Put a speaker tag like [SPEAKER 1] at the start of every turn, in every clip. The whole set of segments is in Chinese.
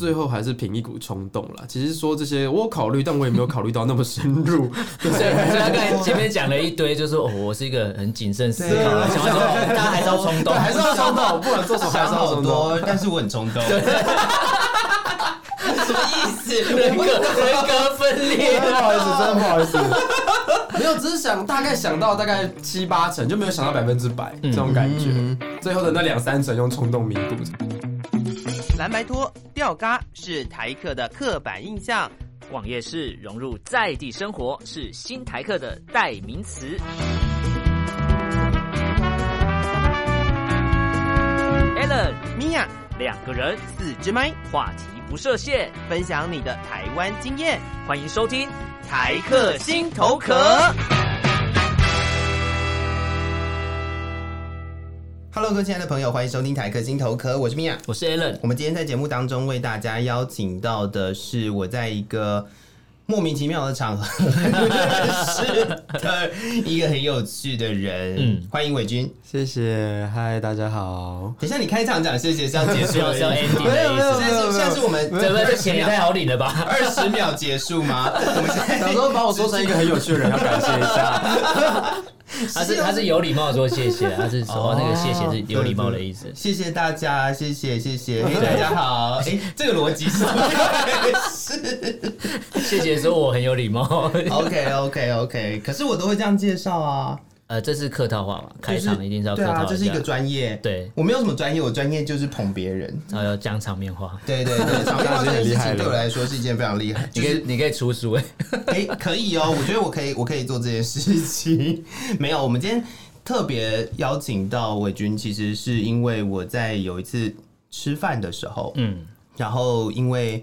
[SPEAKER 1] 最后还是凭一股冲动啦。其实说这些我有考虑，但我也没有考虑到那么深 入。
[SPEAKER 2] 所以，所以他刚才前面讲了一堆，就是哦，我是一个很谨慎思考
[SPEAKER 3] 啊
[SPEAKER 2] 的，想说哦，大家还是要冲动，
[SPEAKER 1] 还是要冲动，不管做什么还
[SPEAKER 3] 想
[SPEAKER 1] 是要
[SPEAKER 3] 好
[SPEAKER 1] 冲动。
[SPEAKER 3] 多，但是我很冲动。
[SPEAKER 2] 什么意思？人格人格分裂。
[SPEAKER 1] 不好意思，真的不好意思。没有，只是想大概想到大概七八成，就没有想到百分之百这种感觉。最后的那两三成用冲动弥补。
[SPEAKER 4] 蓝白拖、吊嘎是台客的刻板印象。
[SPEAKER 5] 网页是融入在地生活，是新台客的代名词。Allen
[SPEAKER 4] 米娅，
[SPEAKER 5] 两个人，
[SPEAKER 4] 四支麦，
[SPEAKER 5] 话题不设限，
[SPEAKER 4] 分享你的台湾经验，
[SPEAKER 5] 欢迎收听。
[SPEAKER 4] 台客心头壳。
[SPEAKER 3] Hello，各位亲爱的朋友，欢迎收听台客心头壳，我是米娅。
[SPEAKER 2] 我是 Alan，
[SPEAKER 3] 我们今天在节目当中为大家邀请到的是我在一个莫名其妙的场 合认识的一个很有趣的人，
[SPEAKER 2] 嗯
[SPEAKER 3] 欢迎伟君。
[SPEAKER 1] 谢谢，嗨，大家好。
[SPEAKER 3] 等一下你开场讲谢谢是要结束
[SPEAKER 2] 是要
[SPEAKER 3] 了
[SPEAKER 2] 是要
[SPEAKER 3] 吗
[SPEAKER 2] ending 的意思。
[SPEAKER 3] 现在是现在是我们
[SPEAKER 2] 这不这钱也太好领了吧？
[SPEAKER 3] 二十秒结束吗？我们现
[SPEAKER 1] 小时
[SPEAKER 3] 在
[SPEAKER 1] 候把我说成一个很有趣的人，要感谢一下。
[SPEAKER 2] 他
[SPEAKER 3] 啊
[SPEAKER 2] 是他是有礼貌地说谢谢，啊他
[SPEAKER 3] 哦
[SPEAKER 2] 是说那个谢谢是有礼貌的意思。
[SPEAKER 3] 谢谢大家，谢谢谢谢，嘿大家好。哎、这个逻辑是怎么 回 事
[SPEAKER 2] 谢谢说我很有礼貌。
[SPEAKER 3] ？OK OK OK，可是我都会这样介绍啊，
[SPEAKER 2] 呃，这是客套话嘛，开
[SPEAKER 3] 就是
[SPEAKER 2] 场一定是要客
[SPEAKER 3] 对啊，
[SPEAKER 2] 套
[SPEAKER 3] 这是一
[SPEAKER 2] 下
[SPEAKER 3] 个。专业。
[SPEAKER 2] 对，
[SPEAKER 3] 我没有什么专业，我专业就是捧别人。
[SPEAKER 2] 然后要讲场面话。
[SPEAKER 3] 对对对，场面话这件事
[SPEAKER 1] 厉害
[SPEAKER 3] 情
[SPEAKER 1] 了
[SPEAKER 3] 对我来说是一件非常厉害，
[SPEAKER 2] 你
[SPEAKER 3] 就
[SPEAKER 2] 可以
[SPEAKER 3] 是
[SPEAKER 2] 你可以出书哎，
[SPEAKER 3] 可以可以哦，我觉得我可以我可以做这件事情。 没有，我们今天特别邀请到伟君，其实是因为我在有一次吃饭的时候，
[SPEAKER 2] 嗯，
[SPEAKER 3] 然后因为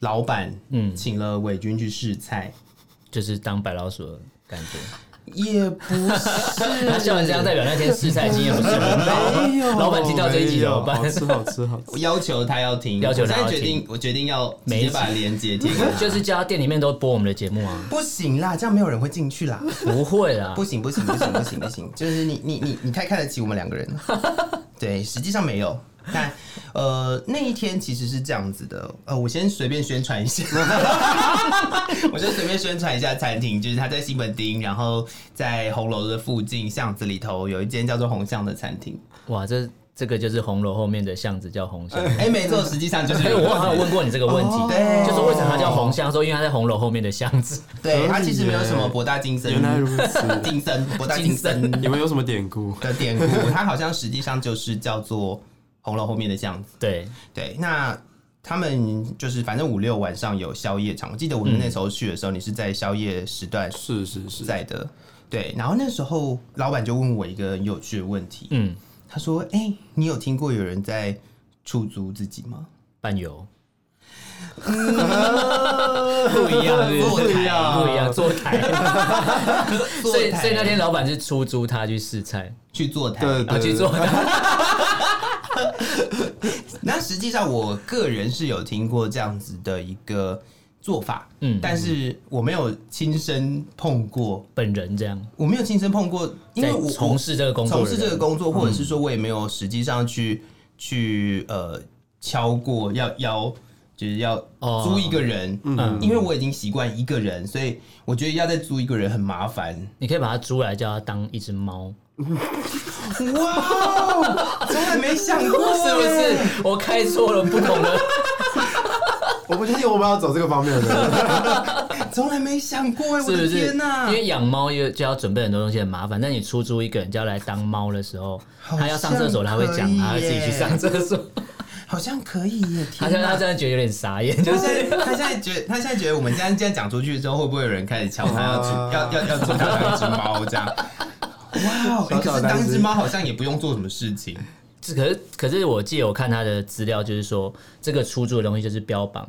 [SPEAKER 3] 老板嗯
[SPEAKER 2] 嗯
[SPEAKER 3] 请了伟君去试菜，
[SPEAKER 2] 就是当白老鼠的感觉。
[SPEAKER 3] 也不是
[SPEAKER 2] 他笑成这样，代表那天试菜经验不是很 好。
[SPEAKER 1] 没有
[SPEAKER 2] 老板听到这一集怎么办
[SPEAKER 1] 哎好吃，好吃，好吃。
[SPEAKER 3] 我要求他要 听，
[SPEAKER 2] 要求他要
[SPEAKER 3] 我现在决定，我决定要直接把连接贴给他。
[SPEAKER 2] 就是家店里面都播我们的节目啊，
[SPEAKER 3] 不行啦，这样没有人会进去啦。
[SPEAKER 2] 不会
[SPEAKER 1] 啊
[SPEAKER 2] 啦
[SPEAKER 3] 不，行不行不行不行不行， 就是你你你你太看得起我们两个人 了。对，实际上没有。但呃，那一天其实是这样子的，呃，我先随便宣传一下， 我先随便宣传一下餐厅，就是它在西门町，然后在红楼的附近巷子里头有一间叫做红巷的餐 厅。
[SPEAKER 2] 哇，这这个就是红楼后面的巷子叫红巷。
[SPEAKER 3] 哎、没错，实际上就是
[SPEAKER 2] 哎、我好像有问过你这个问题，
[SPEAKER 3] 对
[SPEAKER 2] 就是为什么它叫红巷？说因为它在红楼后面的巷子。
[SPEAKER 3] 对，它其实没有什么博大精深，
[SPEAKER 1] 原来如 此，
[SPEAKER 3] 精深博大精深
[SPEAKER 1] 你们有什么典故？
[SPEAKER 3] 的典故， 它好像实际上就是叫做红楼后面的巷子。
[SPEAKER 2] 对，
[SPEAKER 3] 对，那他们就是反正五六晚上有宵夜场，我记得我们那时候去的时候，你是在宵夜时段
[SPEAKER 1] 是是是，
[SPEAKER 3] 在的。对，然后那时候老板就问我一个很有趣的问题，
[SPEAKER 2] 嗯，
[SPEAKER 3] 他说：“哎、你有听过有人在出租自己吗
[SPEAKER 2] 伴游
[SPEAKER 3] 不一样
[SPEAKER 2] 是不
[SPEAKER 3] 不
[SPEAKER 2] 是
[SPEAKER 3] 一样
[SPEAKER 2] 不一样，坐 台。所以
[SPEAKER 3] 坐台
[SPEAKER 2] 所以那天老板是出租他去试菜，？”
[SPEAKER 3] 去坐台。
[SPEAKER 1] 对
[SPEAKER 2] 然后
[SPEAKER 1] 对
[SPEAKER 2] 去
[SPEAKER 1] 对
[SPEAKER 2] 做台。
[SPEAKER 3] 那实际上我个人是有听过这样子的一个做法，
[SPEAKER 2] 嗯
[SPEAKER 3] 但是我没有亲身碰过，
[SPEAKER 2] 本人这样
[SPEAKER 3] 我没有亲身碰过，因为
[SPEAKER 2] 在
[SPEAKER 3] 我
[SPEAKER 2] 从事这个工作，嗯
[SPEAKER 3] 从事这个，工作，或者是说我也没有实际上去、去呃敲过要要就是要
[SPEAKER 2] 哦
[SPEAKER 3] 租一个人，嗯，因为我已经习惯一个人，所以我觉得要再租一个人很麻烦。
[SPEAKER 2] 你可以把它租来叫他当一只猫，
[SPEAKER 3] 哇哦，从来没想过，
[SPEAKER 2] 是不？是？我开错了不同的，
[SPEAKER 1] 我不确定我们要走这个方面的。
[SPEAKER 3] 哎从来没想过 哎，我
[SPEAKER 2] 是不
[SPEAKER 3] 的
[SPEAKER 2] 是？
[SPEAKER 3] 天哪、
[SPEAKER 2] 因为养猫又就要准备很多东西，很麻烦。那你出租一个人就要来当猫的时候，他要上厕所，他会讲，啊他会自己去上厕所。
[SPEAKER 3] 好像可以耶，
[SPEAKER 2] 他现
[SPEAKER 3] 天
[SPEAKER 2] 在
[SPEAKER 3] 哪
[SPEAKER 2] 他！真的觉得有点傻眼， 就
[SPEAKER 3] 他
[SPEAKER 2] 是
[SPEAKER 3] 现在他现在觉得他现在觉得我们这样这样讲出去之后，会不会有人开始敲他要去
[SPEAKER 1] 啊
[SPEAKER 3] 要要要做他当一只 猫这样？哇哦、
[SPEAKER 1] 小小
[SPEAKER 3] 可是当一
[SPEAKER 1] 担
[SPEAKER 3] 只
[SPEAKER 1] 心
[SPEAKER 3] 猫好像也不用做什么事情，
[SPEAKER 2] 这可是可是我记得我看他的资料，就是说这个出租的东西就是标榜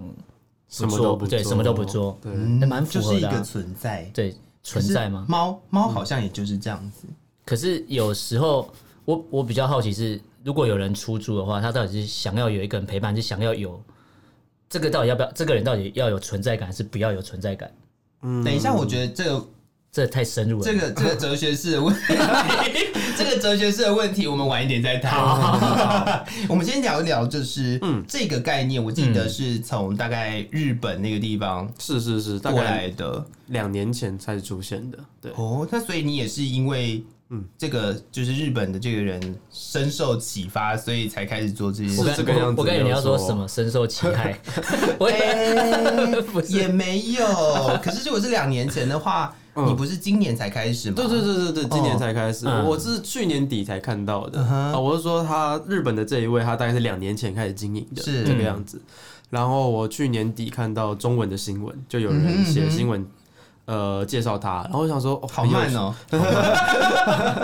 [SPEAKER 1] 什么都不做嗯
[SPEAKER 2] 对，什么都不做，
[SPEAKER 1] 对
[SPEAKER 2] 还蛮
[SPEAKER 3] 嗯就
[SPEAKER 2] 符
[SPEAKER 3] 是
[SPEAKER 2] 合
[SPEAKER 3] 一
[SPEAKER 2] 的啊、
[SPEAKER 3] 个存在
[SPEAKER 2] 对存在吗？嗯
[SPEAKER 3] 猫猫好像也就是这样子，
[SPEAKER 2] 可是有时候我我比较好奇是，如果有人出租的话，他到底是想要有一个人陪伴，是想要有这
[SPEAKER 3] 嗯
[SPEAKER 2] 个到底要不要？这个人到底要有存在感，还是不要有存在感？
[SPEAKER 3] 等一下，我觉得这个
[SPEAKER 2] 这太深入了。
[SPEAKER 3] 这个这个哲学式 的问题，这个哲学式的问题，我们晚一点再谈。 我们先聊一聊，就是嗯，这个概念，我记
[SPEAKER 2] 嗯
[SPEAKER 3] 得是从大概日本那个地方
[SPEAKER 1] 是是是，大
[SPEAKER 3] 过来
[SPEAKER 1] 概
[SPEAKER 3] 的。
[SPEAKER 1] 两年前才出现的，对。
[SPEAKER 3] 哦，那所以你也是因为嗯，这个就是日本的这个人深受启发，所以才开始做这件
[SPEAKER 2] 我
[SPEAKER 1] 是
[SPEAKER 3] 事。
[SPEAKER 2] 刚
[SPEAKER 1] 这个样子
[SPEAKER 2] 我我跟你
[SPEAKER 1] 没
[SPEAKER 2] 要
[SPEAKER 1] 有
[SPEAKER 2] 说
[SPEAKER 1] 错
[SPEAKER 2] 什么深受其害，我以为
[SPEAKER 3] 哎
[SPEAKER 2] 不是
[SPEAKER 3] 也没有，可是如果是两年前的话，
[SPEAKER 1] 嗯
[SPEAKER 3] 你不是今年才开始吗？
[SPEAKER 1] 对对对对对，今年才开始，
[SPEAKER 2] 嗯
[SPEAKER 1] 我是去年底才看到
[SPEAKER 3] 嗯
[SPEAKER 1] 的。啊，我是说他日本的这一位，他大概是两年前开始经营的，
[SPEAKER 3] 是
[SPEAKER 1] 这个样子。然后我去年底看到中文的新闻，就有
[SPEAKER 3] 嗯
[SPEAKER 1] 人写新闻，呃，介绍他，然后我想说，哦、
[SPEAKER 3] 好慢哦、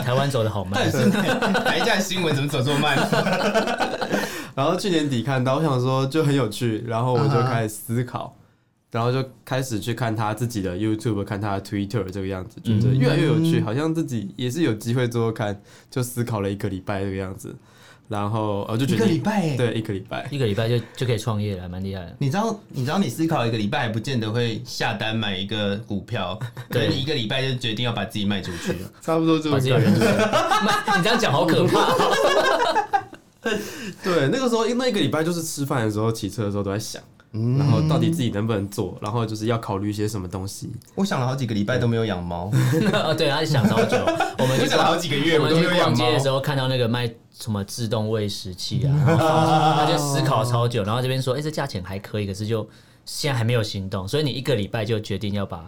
[SPEAKER 2] 台湾走的好慢
[SPEAKER 3] 但， 是台下新闻怎么走这么慢？
[SPEAKER 1] 很有趣。然后去年底看到，我想说就很有趣，然后我就开始思考。然后就开始去看他自己的 YouTube，看他的 Twitter 这个样子，觉得越来越有趣，好像自己也是有机会做做看，就思考了一个礼拜这个样子，然后呃就
[SPEAKER 3] 一
[SPEAKER 1] 觉
[SPEAKER 3] 个
[SPEAKER 1] 得
[SPEAKER 3] 礼拜耶
[SPEAKER 1] 对一个礼拜，
[SPEAKER 2] 一个礼拜就就可以创业了，蛮厉害的。
[SPEAKER 3] 你知道，你知道，你思考一个礼拜，不见得会下单买一个股票，对，你一个礼拜就决定要把自己卖出去了。
[SPEAKER 1] 差不多这种
[SPEAKER 2] 把自己的人
[SPEAKER 1] 感
[SPEAKER 2] 生，
[SPEAKER 1] 觉。
[SPEAKER 2] 妈你这样讲好可怕 哦。
[SPEAKER 1] 对，那个时候那一个礼拜就是吃饭的时候、骑车的时候都在想，然后到底自己能不能做，然后就是要考虑一些什么东西。
[SPEAKER 3] 我想了好几个礼拜都没有养猫，
[SPEAKER 2] 啊，对，他想超久。我们
[SPEAKER 3] 我
[SPEAKER 2] 去
[SPEAKER 3] 想了好几个月
[SPEAKER 2] 我
[SPEAKER 3] 我
[SPEAKER 2] 们
[SPEAKER 3] 都没
[SPEAKER 2] 去
[SPEAKER 3] 有养
[SPEAKER 2] 逛
[SPEAKER 3] 猫
[SPEAKER 2] 街的时候看到那个卖什么自动喂食器啊，然后他就思考超久，然后这边说，哎、这价钱还可以，可是就现在还没有行动，所以你一个礼拜就决定要把。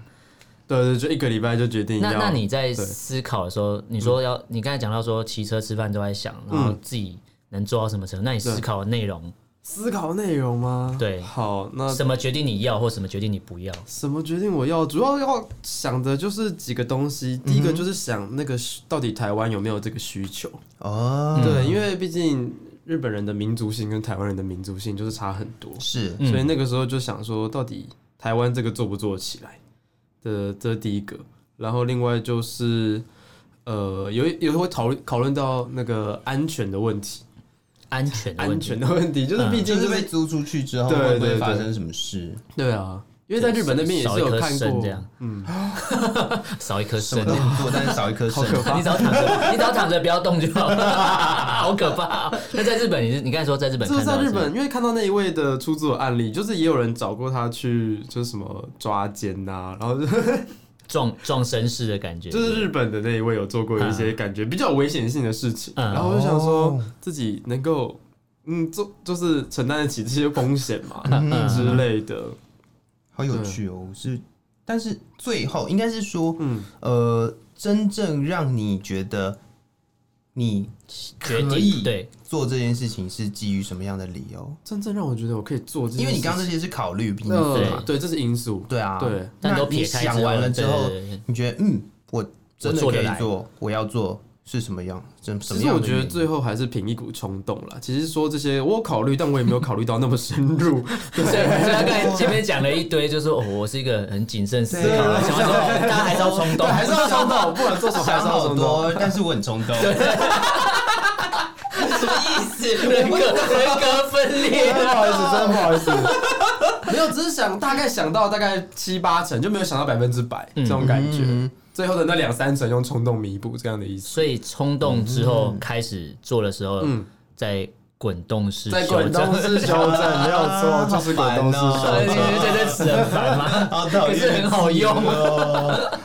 [SPEAKER 1] 对对，就一个礼拜就决定
[SPEAKER 2] 那
[SPEAKER 1] 要
[SPEAKER 2] 那你在
[SPEAKER 1] 对
[SPEAKER 2] 思考的时候，你说要，你刚才讲到说骑车吃饭都在想，然后自己能做到什么程度？那你思考的内容，
[SPEAKER 1] 思考内容吗？
[SPEAKER 2] 对
[SPEAKER 1] 好，那
[SPEAKER 2] 什么决定你要，或什么决定你不要？
[SPEAKER 1] 什么决定我要？主要要想的就是几个东西，第一个就是想那个需到底台湾有没有这个需求？
[SPEAKER 3] 哦，
[SPEAKER 1] 对，因为毕竟日本人的民族性跟台湾人的民族性就是差很多，
[SPEAKER 3] 是，
[SPEAKER 1] 所以那个时候就想说，到底台湾这个做不做起来的，这是第一个。然后另外就是，呃，有一有时候会讨论讨论到那个安全的问题，
[SPEAKER 2] 安全的问
[SPEAKER 1] 安
[SPEAKER 2] 题
[SPEAKER 1] 全，的问题，嗯就是毕竟
[SPEAKER 3] 就是
[SPEAKER 1] 就是
[SPEAKER 3] 被租出去之后
[SPEAKER 1] 对
[SPEAKER 3] 会不会
[SPEAKER 1] 对
[SPEAKER 3] 发
[SPEAKER 1] 对
[SPEAKER 3] 生什么事？
[SPEAKER 1] 对啊，因为在日本那边也
[SPEAKER 2] 少
[SPEAKER 1] 是
[SPEAKER 2] 一
[SPEAKER 1] 有
[SPEAKER 2] 颗
[SPEAKER 1] 看
[SPEAKER 2] 肾
[SPEAKER 1] 过
[SPEAKER 2] 这样，嗯，少一颗肾
[SPEAKER 3] 都。不做，但是少 一颗肾。
[SPEAKER 2] 你只要躺着，你 只要躺着不要动就好， 好可怕、那在日本，你是你刚才说在日本
[SPEAKER 1] 就是
[SPEAKER 2] 看到
[SPEAKER 1] 在
[SPEAKER 2] 的
[SPEAKER 1] 日
[SPEAKER 2] 是吗
[SPEAKER 1] 本，因为看到那一位的出租的案例，就是也有人找过他去，就是什么抓奸呐、然后 就
[SPEAKER 2] 撞撞绅士的感觉，
[SPEAKER 1] 就是日本的那一位有做过一些感觉比较有危险性的事情，
[SPEAKER 2] 嗯
[SPEAKER 1] 然后我就想说自己能够嗯做就是承担得起这些风险嘛
[SPEAKER 2] 嗯
[SPEAKER 1] 之类的，
[SPEAKER 3] 好有趣哦，是，但是最后应该是说，
[SPEAKER 1] 嗯
[SPEAKER 3] 呃，真正让你觉得你
[SPEAKER 2] 决
[SPEAKER 3] 可
[SPEAKER 2] 定
[SPEAKER 3] 以
[SPEAKER 2] 对，
[SPEAKER 3] 做这件事情是基于什么样的理由？
[SPEAKER 1] 真正让我觉得我可以做这件事情，
[SPEAKER 3] 因为你刚刚这些是考虑因素
[SPEAKER 1] 呃
[SPEAKER 3] 嘛，
[SPEAKER 1] 对这是因素，
[SPEAKER 3] 对啊，
[SPEAKER 1] 对
[SPEAKER 2] 但都
[SPEAKER 3] 那你
[SPEAKER 2] 撇开之后
[SPEAKER 3] 想完了之后
[SPEAKER 2] 对对对对，
[SPEAKER 3] 你觉得嗯，我真的
[SPEAKER 2] 我做
[SPEAKER 3] 可
[SPEAKER 2] 得
[SPEAKER 3] 以
[SPEAKER 2] 来
[SPEAKER 3] 做，我要做是什么样？真什
[SPEAKER 1] 其
[SPEAKER 3] 么
[SPEAKER 1] 实
[SPEAKER 3] 样
[SPEAKER 1] 我
[SPEAKER 3] 的
[SPEAKER 1] 觉
[SPEAKER 3] 原因？
[SPEAKER 1] 得最后还是凭一股冲动啦。其实说这些我有考虑，但我也没有考虑到那么深入。
[SPEAKER 2] 所以所以他刚才前面讲了一堆，就是、哦、我是一个很谨慎思考的，
[SPEAKER 3] 对
[SPEAKER 2] 想完之后大家还是要冲动，
[SPEAKER 1] 对，还是要冲动，不管做什么还
[SPEAKER 3] 想
[SPEAKER 1] 是要
[SPEAKER 3] 好
[SPEAKER 1] 冲动。
[SPEAKER 3] 多，但是我很冲 动。
[SPEAKER 2] 什么意思？ 人格人格分裂，
[SPEAKER 1] 不 好意思，真的不好意思。没有，只是想大概想到大概七八成，就没有想到百分之百这种感觉。最后的那两三成用冲动弥补这样的意思。
[SPEAKER 2] 所以冲动之
[SPEAKER 3] 嗯
[SPEAKER 2] 后开始做的时候，
[SPEAKER 1] 嗯
[SPEAKER 2] 在滚动式
[SPEAKER 1] 在
[SPEAKER 2] 修
[SPEAKER 1] 滚
[SPEAKER 2] 正
[SPEAKER 1] 动式修正，没有错，就是滚动式
[SPEAKER 3] 好烦
[SPEAKER 1] 修
[SPEAKER 2] 对
[SPEAKER 3] 哦
[SPEAKER 1] 正。
[SPEAKER 2] 对对，这真是很烦吗？
[SPEAKER 3] 好
[SPEAKER 1] 哦
[SPEAKER 3] 讨
[SPEAKER 2] 可
[SPEAKER 3] 厌，
[SPEAKER 2] 是很好用
[SPEAKER 1] 嗯
[SPEAKER 3] 哦。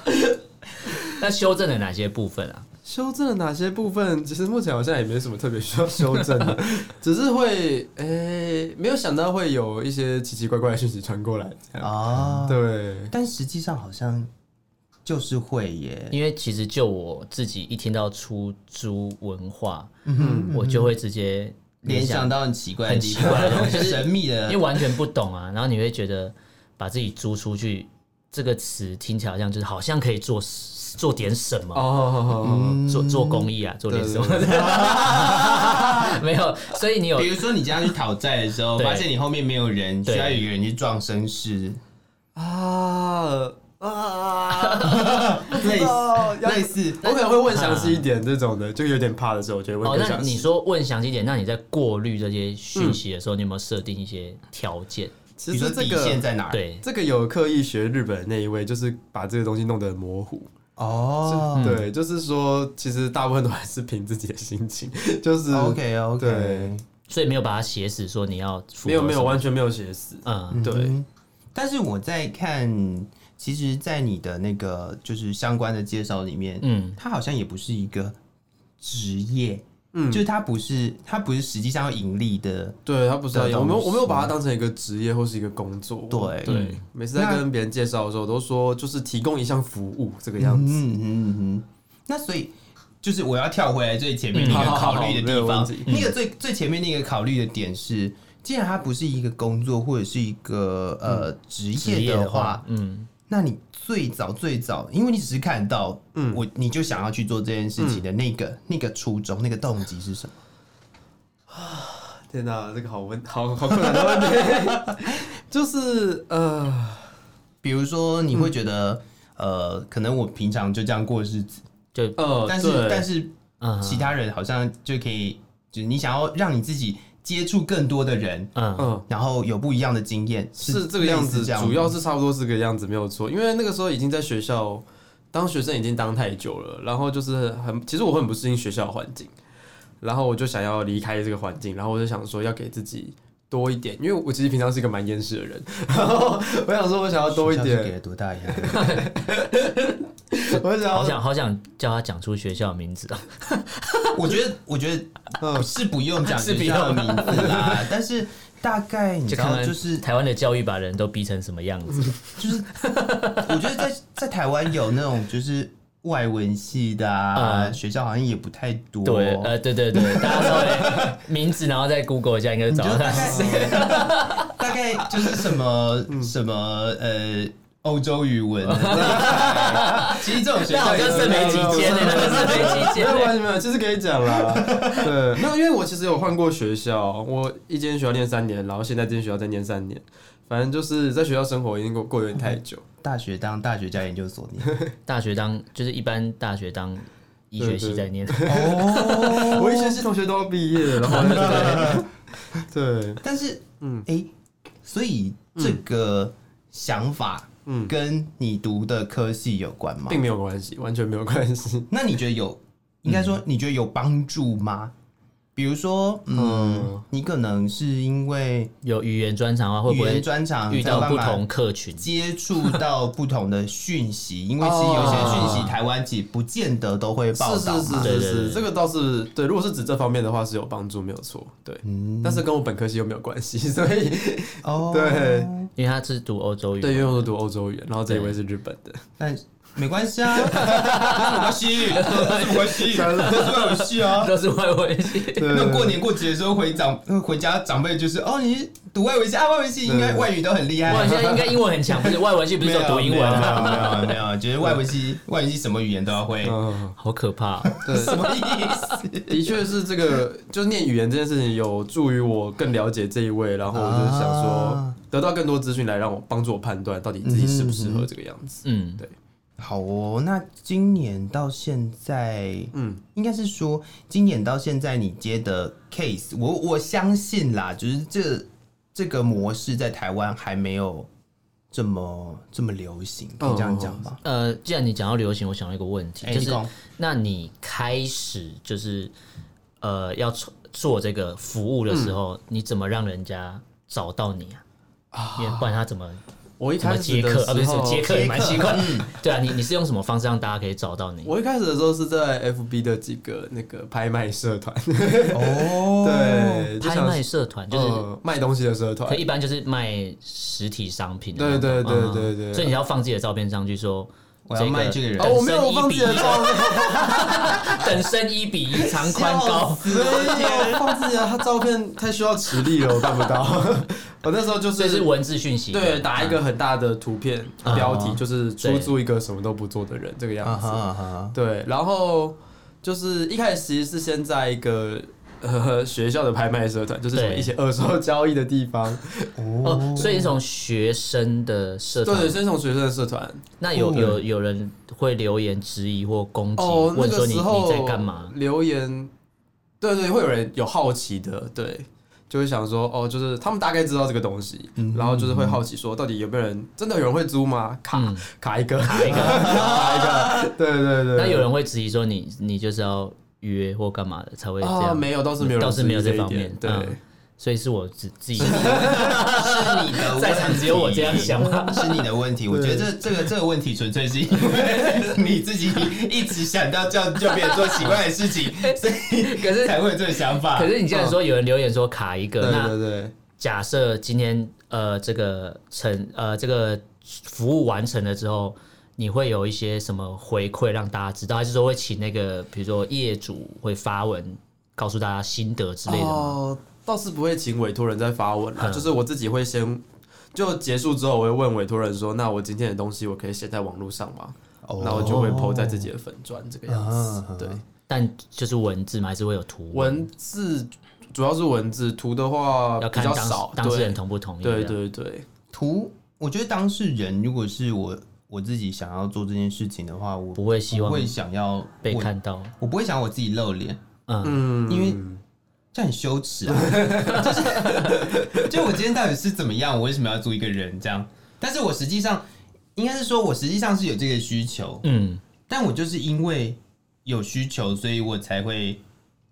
[SPEAKER 2] 那修正了哪些部分啊？
[SPEAKER 1] 修正了哪些部分？其实目前好像也没什么特别需要修正的， 只是会诶、没有想到会有一些奇奇怪怪的讯息传过来。这样
[SPEAKER 3] 啊，
[SPEAKER 1] 对，
[SPEAKER 3] 但实际上好像就是会耶。
[SPEAKER 2] 因为其实就我自己一听到出租文化，
[SPEAKER 1] 嗯
[SPEAKER 2] 我就会直接
[SPEAKER 3] 联想
[SPEAKER 2] 到，
[SPEAKER 3] 到很奇怪的地方，
[SPEAKER 2] 很奇怪的东西
[SPEAKER 3] 很 神秘
[SPEAKER 2] 因
[SPEAKER 3] 的
[SPEAKER 2] 为。完全不懂啊，然后你会觉得把自己租出去这个词听起来好像就是好像可以做做点什么。
[SPEAKER 1] 哦，
[SPEAKER 2] 做做公益啊，做点什么
[SPEAKER 1] 对嗯
[SPEAKER 2] 的， 没有，所以你有
[SPEAKER 3] 比如说，你家去讨债的时候，
[SPEAKER 2] 哦对
[SPEAKER 3] 发现你后面没有人，
[SPEAKER 2] 对
[SPEAKER 3] 需要有一个人去撞绅士，
[SPEAKER 1] 啊 啊！哦
[SPEAKER 3] 类似
[SPEAKER 1] 要
[SPEAKER 3] 类似。
[SPEAKER 1] 我可能会问详
[SPEAKER 3] 嗯
[SPEAKER 1] 细一点这种的，就有点怕的时候，我就会问
[SPEAKER 2] 哦，
[SPEAKER 1] 更
[SPEAKER 2] 那
[SPEAKER 1] 详
[SPEAKER 2] 你
[SPEAKER 1] 细。
[SPEAKER 2] 说问详细一点，那你在过滤这些
[SPEAKER 1] 嗯
[SPEAKER 2] 讯息的时候，你有没有设定一些条件？
[SPEAKER 1] 其
[SPEAKER 3] 你说
[SPEAKER 1] 实这
[SPEAKER 3] 底线
[SPEAKER 1] 个
[SPEAKER 3] 在哪儿？
[SPEAKER 2] 对，
[SPEAKER 1] 这个有刻意学日本的那一位，就是把这个东西弄得很模糊，
[SPEAKER 3] 哦，
[SPEAKER 1] 对，就是说，其实大部分都还是凭自己的心情，就是
[SPEAKER 3] 哦，OK OK，
[SPEAKER 1] 哦对，
[SPEAKER 2] 所以没有把它写死，说你要符合
[SPEAKER 1] 没有没有
[SPEAKER 2] 什么
[SPEAKER 1] 完全没有写死，啊
[SPEAKER 2] 嗯，
[SPEAKER 1] 对，
[SPEAKER 3] 但是我在看，其实，在你的那个就是相关的介绍里面，
[SPEAKER 2] 嗯
[SPEAKER 3] 嗯，它好像也不是一个职业，
[SPEAKER 1] 嗯，
[SPEAKER 3] 就是它不是它不是实际上要盈利的，
[SPEAKER 1] 对他不是要
[SPEAKER 3] 的
[SPEAKER 1] 演，我没有
[SPEAKER 3] 东西
[SPEAKER 1] 我没有把它当成一个职业或是一个工作，
[SPEAKER 3] 对
[SPEAKER 1] 对
[SPEAKER 2] 嗯，
[SPEAKER 1] 每次在
[SPEAKER 3] 那
[SPEAKER 1] 跟别人介绍的时候，我都说就是提供一项服务这个样子，
[SPEAKER 3] 嗯嗯嗯嗯。那所以就是我要跳回来最前面那个
[SPEAKER 1] 嗯好好好
[SPEAKER 3] 考虑的
[SPEAKER 1] 没有
[SPEAKER 3] 地
[SPEAKER 1] 问
[SPEAKER 3] 方
[SPEAKER 1] 题，嗯
[SPEAKER 3] 那个最最前面那个考虑的点是，既然它不是一个工作或者是一个呃
[SPEAKER 1] 嗯
[SPEAKER 3] 职
[SPEAKER 2] 职
[SPEAKER 3] 业
[SPEAKER 2] 业
[SPEAKER 3] 的
[SPEAKER 2] 的
[SPEAKER 3] 话
[SPEAKER 2] 话，，嗯，
[SPEAKER 3] 那你最早最早，因为你只是看到，嗯，我你就想要去做这件事情的
[SPEAKER 1] 嗯
[SPEAKER 3] 那个、那个初衷、那个动机是什么？嗯
[SPEAKER 1] 天哪，这个好问，好好困难的问题， 就是呃，
[SPEAKER 3] 比如说，你会觉
[SPEAKER 1] 嗯
[SPEAKER 3] 得，呃，可能我平常就这样过日子，
[SPEAKER 2] 就
[SPEAKER 1] 呃，
[SPEAKER 3] 但
[SPEAKER 1] 对
[SPEAKER 3] 是但是
[SPEAKER 2] 嗯
[SPEAKER 3] 其他人好像就可以，就是你想要让你自己接触更多的人，
[SPEAKER 2] 嗯
[SPEAKER 1] 嗯。
[SPEAKER 3] 然后有不一样的经验，
[SPEAKER 1] 是这个样子，
[SPEAKER 3] 类似吗
[SPEAKER 1] 主要是差不多是这个样子，没有错。因为那个时候已经在学校当学生已经当太久了，然后就是很，其实我很不适应学校的环境，然后我就想要离开这个环境，然后我就想说要给自己多一点，因为我其实平常是一个蛮厌世的人， 然后我想说我想要多一
[SPEAKER 3] 学校是给
[SPEAKER 1] 点，
[SPEAKER 3] 了多大一样？
[SPEAKER 1] 我想
[SPEAKER 2] 好
[SPEAKER 1] 要
[SPEAKER 2] 想好想叫他讲出学校的名字啊！
[SPEAKER 3] 我觉得，我 觉得
[SPEAKER 1] 嗯
[SPEAKER 3] 是不用讲
[SPEAKER 2] 是
[SPEAKER 3] 学
[SPEAKER 2] 不用
[SPEAKER 3] 校的名字啦， 但是大概你知
[SPEAKER 2] 就看
[SPEAKER 3] 道，
[SPEAKER 2] 看
[SPEAKER 3] 就是
[SPEAKER 2] 台湾的教育把人都逼成什么样子。
[SPEAKER 3] 我觉得在在台湾有那种就是外文系的啊，
[SPEAKER 2] 嗯
[SPEAKER 3] 学校好像也不太多。
[SPEAKER 2] 对，呃，对对对，大家稍微名字，然后再 Google 一下，应该就
[SPEAKER 3] 你
[SPEAKER 2] 找
[SPEAKER 3] 就
[SPEAKER 2] 到
[SPEAKER 3] 大
[SPEAKER 2] 他是
[SPEAKER 3] 概
[SPEAKER 2] 谁。
[SPEAKER 3] 大概就是什么
[SPEAKER 2] 嗯
[SPEAKER 3] 什么呃欧洲语文，啊 其实这种学
[SPEAKER 2] 那
[SPEAKER 3] 校
[SPEAKER 2] 好
[SPEAKER 3] 也
[SPEAKER 2] 像是没几间呢，那个是没几
[SPEAKER 1] 没
[SPEAKER 2] 间
[SPEAKER 1] 有
[SPEAKER 2] 呢。
[SPEAKER 1] 关系，没有，其实可以讲啦。对， 没有，因为我其实有换过学校，我一间学校念三年，然后现在这间学校再念三年，反正就是在学校生活已经过过得有点太久。
[SPEAKER 3] 大学当大学加研究所念。
[SPEAKER 2] 大学当就是一般大学当医学系在念，
[SPEAKER 3] 哦
[SPEAKER 1] 我以前是同学都要毕业了，然后在对，
[SPEAKER 3] 但是嗯
[SPEAKER 1] 嗯
[SPEAKER 3] 哎，所以这个想法
[SPEAKER 1] 嗯，
[SPEAKER 3] 跟你读的科系有关吗？
[SPEAKER 1] 并嗯没有关系，完全没有关系。
[SPEAKER 3] 那你觉得有，应该说你觉得有帮助吗？比如说，嗯，
[SPEAKER 1] 嗯
[SPEAKER 3] 你可能是因为
[SPEAKER 2] 有语言专长的话，啊会
[SPEAKER 3] 语
[SPEAKER 2] 不
[SPEAKER 3] 言
[SPEAKER 2] 会
[SPEAKER 3] 专长
[SPEAKER 2] 遇
[SPEAKER 3] 才
[SPEAKER 2] 到
[SPEAKER 3] 有
[SPEAKER 2] 不
[SPEAKER 3] 办法
[SPEAKER 2] 同客群？
[SPEAKER 3] 接触到不同的讯息，因为其实有些讯息台湾其实不见得都会 报
[SPEAKER 1] 是
[SPEAKER 3] 道
[SPEAKER 1] 哦是
[SPEAKER 3] 嘛。
[SPEAKER 1] 是是
[SPEAKER 2] 对对对
[SPEAKER 1] 是，这个倒是对。如果是指这方面的话，是有帮助，没有错。对，但是跟我本科系又没有关系， 所以
[SPEAKER 3] 哦，
[SPEAKER 1] 对
[SPEAKER 2] 因为他是读欧洲语，
[SPEAKER 1] 对，因为 我是读欧洲语言，然后这一位是日本的。
[SPEAKER 3] 但没关系 啊，没关系，没关系，没关系啊。
[SPEAKER 2] 都是外文系。
[SPEAKER 3] 那过年过节的时候回长回家，长辈就是哦，你是读外文系啊，外文系应该
[SPEAKER 1] 对
[SPEAKER 3] 外语都很厉害
[SPEAKER 2] 外
[SPEAKER 3] 啊。
[SPEAKER 2] 文系 应该英文很强，不是外文系不是只有读英文啊吗？
[SPEAKER 3] 没有没有没有，觉得外文系 外文系什么语言都要会，
[SPEAKER 1] 嗯，
[SPEAKER 2] 好可怕哦！
[SPEAKER 1] 对，
[SPEAKER 3] 什么意思？
[SPEAKER 1] 的确是这个，就是念语言这件事情有助于我更了解这一位，然后我就想说
[SPEAKER 3] 啊
[SPEAKER 1] 得到更多资讯来让我帮助我判断到底自己适不适合这个样子。
[SPEAKER 2] 嗯，
[SPEAKER 3] 好哦，那今年到现在，
[SPEAKER 1] 嗯，
[SPEAKER 3] 应该是说今年到现在你接的 case，我我相信啦，就是这这个模式在台湾还没有这么这么流行，可以这样讲吧？
[SPEAKER 2] 呃，既然你讲到流行，我想到一个问题，
[SPEAKER 3] 哎
[SPEAKER 2] 就
[SPEAKER 3] 你
[SPEAKER 2] 是
[SPEAKER 3] 讲
[SPEAKER 2] 那你开始就是呃要做做这个服务的时
[SPEAKER 3] 嗯
[SPEAKER 2] 候，你怎么让人家找到你啊？因为不然他怎么
[SPEAKER 1] 我一
[SPEAKER 2] 怎么
[SPEAKER 1] 开始
[SPEAKER 2] 接
[SPEAKER 1] 的
[SPEAKER 2] 客
[SPEAKER 1] 时
[SPEAKER 2] 啊？不是
[SPEAKER 1] 候，嗯
[SPEAKER 2] 接客也蛮
[SPEAKER 3] 接客
[SPEAKER 2] 奇怪。 对啊，你你是用什么方式让大家可以找到你？
[SPEAKER 1] 我一开始的时候是在 FB 的几个那个拍卖社团，
[SPEAKER 3] 哦，
[SPEAKER 1] 对，就
[SPEAKER 2] 拍
[SPEAKER 1] 想
[SPEAKER 2] 卖社团就是
[SPEAKER 1] 呃卖东西的社团
[SPEAKER 2] 可，一般就是卖实体商品的
[SPEAKER 1] 对
[SPEAKER 2] 那种，
[SPEAKER 1] 对对
[SPEAKER 2] 嗯
[SPEAKER 1] 对对
[SPEAKER 2] 所以你要放自己的照片上去说，
[SPEAKER 3] 我要卖这个人
[SPEAKER 1] 哦，我没有放自己的照片，
[SPEAKER 2] 等身一比一，长宽高，
[SPEAKER 1] 所以我放自己的照片太需要实力了，我办不到。我那时候就
[SPEAKER 2] 这是
[SPEAKER 1] 是
[SPEAKER 2] 文字讯息的，
[SPEAKER 1] 对打一个很大的图片标题，
[SPEAKER 3] 啊
[SPEAKER 1] 就是出租一个什么都不做的人这个
[SPEAKER 3] 啊
[SPEAKER 1] 样
[SPEAKER 3] 哈
[SPEAKER 1] 子。
[SPEAKER 3] 啊哈，
[SPEAKER 1] 对，然后就是一开始其实是先在一个。 呃，学校的拍卖社团就是什么
[SPEAKER 2] 对
[SPEAKER 1] 一些二手交易的地方，
[SPEAKER 2] 哦，所以是从学生的社团，
[SPEAKER 1] 对，先从学生的社团，
[SPEAKER 2] 那有有有人会留言质疑或攻击，
[SPEAKER 1] 哦，那
[SPEAKER 2] 问
[SPEAKER 1] 个
[SPEAKER 2] 说你
[SPEAKER 1] 时候
[SPEAKER 2] 你在干嘛？
[SPEAKER 1] 留言，对对，会有人有好奇的，对。就会想说，哦，就是他们大概知道这个东西，然后就是会好奇说，到底有没有人真的有人会租吗？卡、
[SPEAKER 2] 嗯
[SPEAKER 1] 卡一个，卡一个，卡一个， 对对对。
[SPEAKER 2] 那有人会质疑说你你就是要约或干嘛的才会这
[SPEAKER 1] 啊，
[SPEAKER 2] 样，
[SPEAKER 1] 没有，倒是没有人
[SPEAKER 2] 倒是
[SPEAKER 1] 注意
[SPEAKER 2] 哦没有
[SPEAKER 1] 这
[SPEAKER 2] 这
[SPEAKER 1] 一
[SPEAKER 2] 方
[SPEAKER 1] 点
[SPEAKER 2] 面
[SPEAKER 1] 对，
[SPEAKER 2] 嗯所以是我自自己
[SPEAKER 3] 是你的问题，
[SPEAKER 2] 在场只有我这样想吗
[SPEAKER 3] 是你的问题。我觉得这这个这个问题纯粹是因为你自己一直想到叫叫别人做奇怪的事 情，所以
[SPEAKER 2] 可是
[SPEAKER 3] 才会有这种想法。
[SPEAKER 2] 可是你既然说有人留言说卡一个，
[SPEAKER 1] 对
[SPEAKER 2] 那
[SPEAKER 1] 对对，
[SPEAKER 2] 假设今天呃这个成呃这个服务完成了之后，你会有一些什么回馈让大家知道，还是说会请那个比如说业主会发文告诉大家心得之类的吗？
[SPEAKER 1] 哦，倒是不会请委托人再发文啦，
[SPEAKER 2] 嗯
[SPEAKER 1] 就是我自己会先。就结束之后，我会问委托人说：“那我今天的东西，我可以写在网络上吗？”
[SPEAKER 3] 哦
[SPEAKER 1] 那我就会 PO 在自己的粉砖这个样子。
[SPEAKER 3] 啊
[SPEAKER 1] 对，
[SPEAKER 2] 但就是文字嘛，还是会有图
[SPEAKER 1] 文字主要是文字，图的话比
[SPEAKER 2] 要看
[SPEAKER 1] 较
[SPEAKER 2] 当
[SPEAKER 1] 少。
[SPEAKER 2] 当事人
[SPEAKER 1] 对
[SPEAKER 2] 同不同意。啊
[SPEAKER 1] 对
[SPEAKER 2] 这样，
[SPEAKER 1] 对对，
[SPEAKER 3] 图，我觉得当事人如果是我我自己想要做这件事情的话，我
[SPEAKER 2] 不会希望
[SPEAKER 3] 不会想要
[SPEAKER 2] 被
[SPEAKER 3] 我，
[SPEAKER 2] 看到。
[SPEAKER 3] 我不会想要我自己露脸，
[SPEAKER 2] 嗯，
[SPEAKER 1] 嗯，
[SPEAKER 3] 因为这很羞耻啊！ 就是就我今天到底是怎么样？我为什么要做一个人这样？但是我实际上应该是说，我实际上是有这个需求，
[SPEAKER 2] 嗯，
[SPEAKER 3] 但我就是因为有需求，所以我才会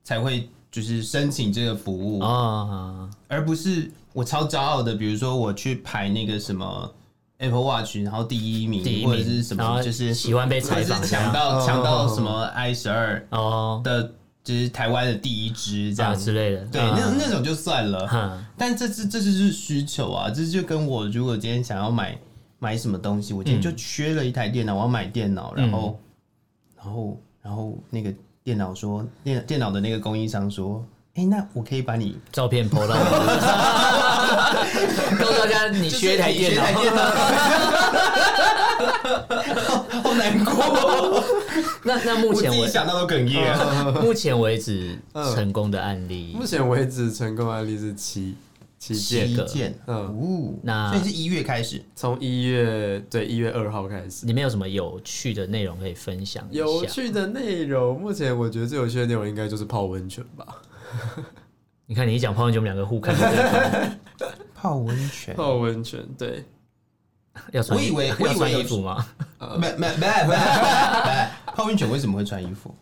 [SPEAKER 3] 才会就是申请这个服务，
[SPEAKER 2] 啊，
[SPEAKER 3] 而不是我超骄傲的，比如说我去排那个什么 Apple Watch，然后第一名
[SPEAKER 2] 第一
[SPEAKER 3] 或者
[SPEAKER 2] 名
[SPEAKER 3] 是什
[SPEAKER 2] 然后
[SPEAKER 3] 么，就是
[SPEAKER 2] 喜欢被采
[SPEAKER 3] 或者
[SPEAKER 2] 访
[SPEAKER 3] 是
[SPEAKER 2] 这样
[SPEAKER 3] 抢到
[SPEAKER 1] 哦
[SPEAKER 3] 抢到
[SPEAKER 1] 哦哦
[SPEAKER 3] 什么 i 十二
[SPEAKER 2] 哦，
[SPEAKER 3] 的，就是台湾的第一支这
[SPEAKER 2] 这
[SPEAKER 3] 样
[SPEAKER 2] 样
[SPEAKER 3] 子。
[SPEAKER 2] 之类的。
[SPEAKER 3] 对，
[SPEAKER 2] 嗯
[SPEAKER 3] 那那种就算了。
[SPEAKER 2] 嗯
[SPEAKER 3] 但这是这就是需求啊，这就跟我如果今天想要买买什么东西，我
[SPEAKER 2] 嗯
[SPEAKER 3] 今天就缺了一台电脑，我要买电脑，然后、然后然后那个电脑说电电脑的那个供应商说，哎、那我可以把你
[SPEAKER 2] 照片 PO 到， 告诉大家你缺一台电
[SPEAKER 3] 就是你
[SPEAKER 2] 脑。
[SPEAKER 3] 缺一台电脑好难过，
[SPEAKER 2] 那那目
[SPEAKER 3] 我自
[SPEAKER 2] 前
[SPEAKER 3] 己
[SPEAKER 2] 为
[SPEAKER 3] 想到都哽咽。
[SPEAKER 2] 目前为止
[SPEAKER 1] 嗯
[SPEAKER 2] 成功的案例
[SPEAKER 3] 嗯
[SPEAKER 1] 目，前为止成功案例是七七件，
[SPEAKER 3] 七
[SPEAKER 2] 个
[SPEAKER 3] 件，哦，
[SPEAKER 2] 嗯那
[SPEAKER 3] 所以是一月开始，
[SPEAKER 1] 从一月对一月二号开始。
[SPEAKER 2] 里面有什么有趣的内容可以分享一
[SPEAKER 1] 有
[SPEAKER 2] 下？
[SPEAKER 1] 趣的内容，目前我觉得最有趣的内容应该就是泡温泉吧。
[SPEAKER 2] 你看你一讲泡温泉，我们两个互 看对方，
[SPEAKER 3] 泡温 泉，
[SPEAKER 1] 泡温泉，对，
[SPEAKER 2] 要穿
[SPEAKER 3] 我以为
[SPEAKER 2] 要
[SPEAKER 3] 我以为
[SPEAKER 2] 穿
[SPEAKER 3] 有
[SPEAKER 2] 衣服吗？
[SPEAKER 3] 没没没没 没，泡温泉为什么会穿衣服？